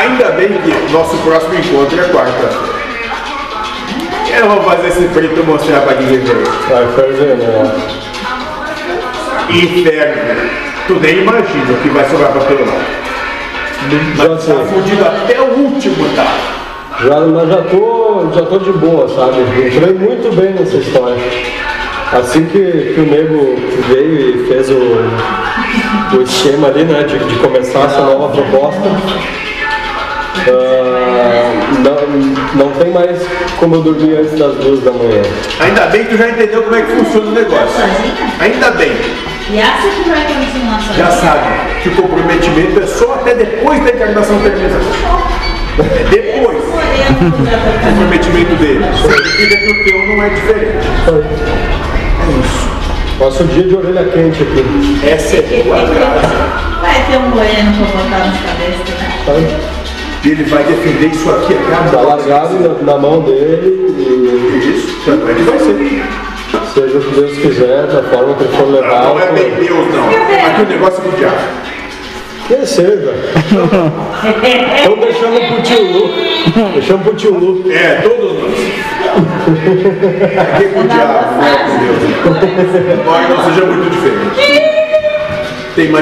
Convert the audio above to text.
Ainda bem que nosso próximo encontro é quarta. Eu vou fazer esse preto mostrar pra ninguém ver. Vai fazer, né? Inferno. Tu nem imagina o que vai sobrar pra todo mundo. Já sei. Tá fudido até o último, tá? assim, Já, mas já tô, já tô de boa, sabe? Entrei muito bem nessa história. Assim que, que o nego veio e fez o, o esquema ali, né, de, de começar essa nova proposta, ah, não, não tem mais como eu dormir antes das duas da manhã. Ainda bem que tu já entendeu como é que funciona o negócio. Ainda bem. E essa que vai continuar sozinha. Já sabe que o comprometimento é só até depois da encarnação terminar. É depois. Por exemplo, já O tá- comprometimento dele. Significa que o teu não é diferente. Nosso dia de orelha quente aqui. Essa é tua casa. Vai ter um goiano pra botar nas cabeças, né? Sabe? E ele vai defender isso aqui até a Tá largado na, na mão dele Isso, tanto é que vai ser. e seja o que Deus quiser, da forma que ele for Não é bem levado, Deus, não. Aqui o negócio é do diabo. que seja. Então deixamos pro tio Lu. Deixamos pro tio Lu. É, todos nós. Aqui é com o diabo, não é com Deus. Nós não sejamos muito diferentes. Tem mais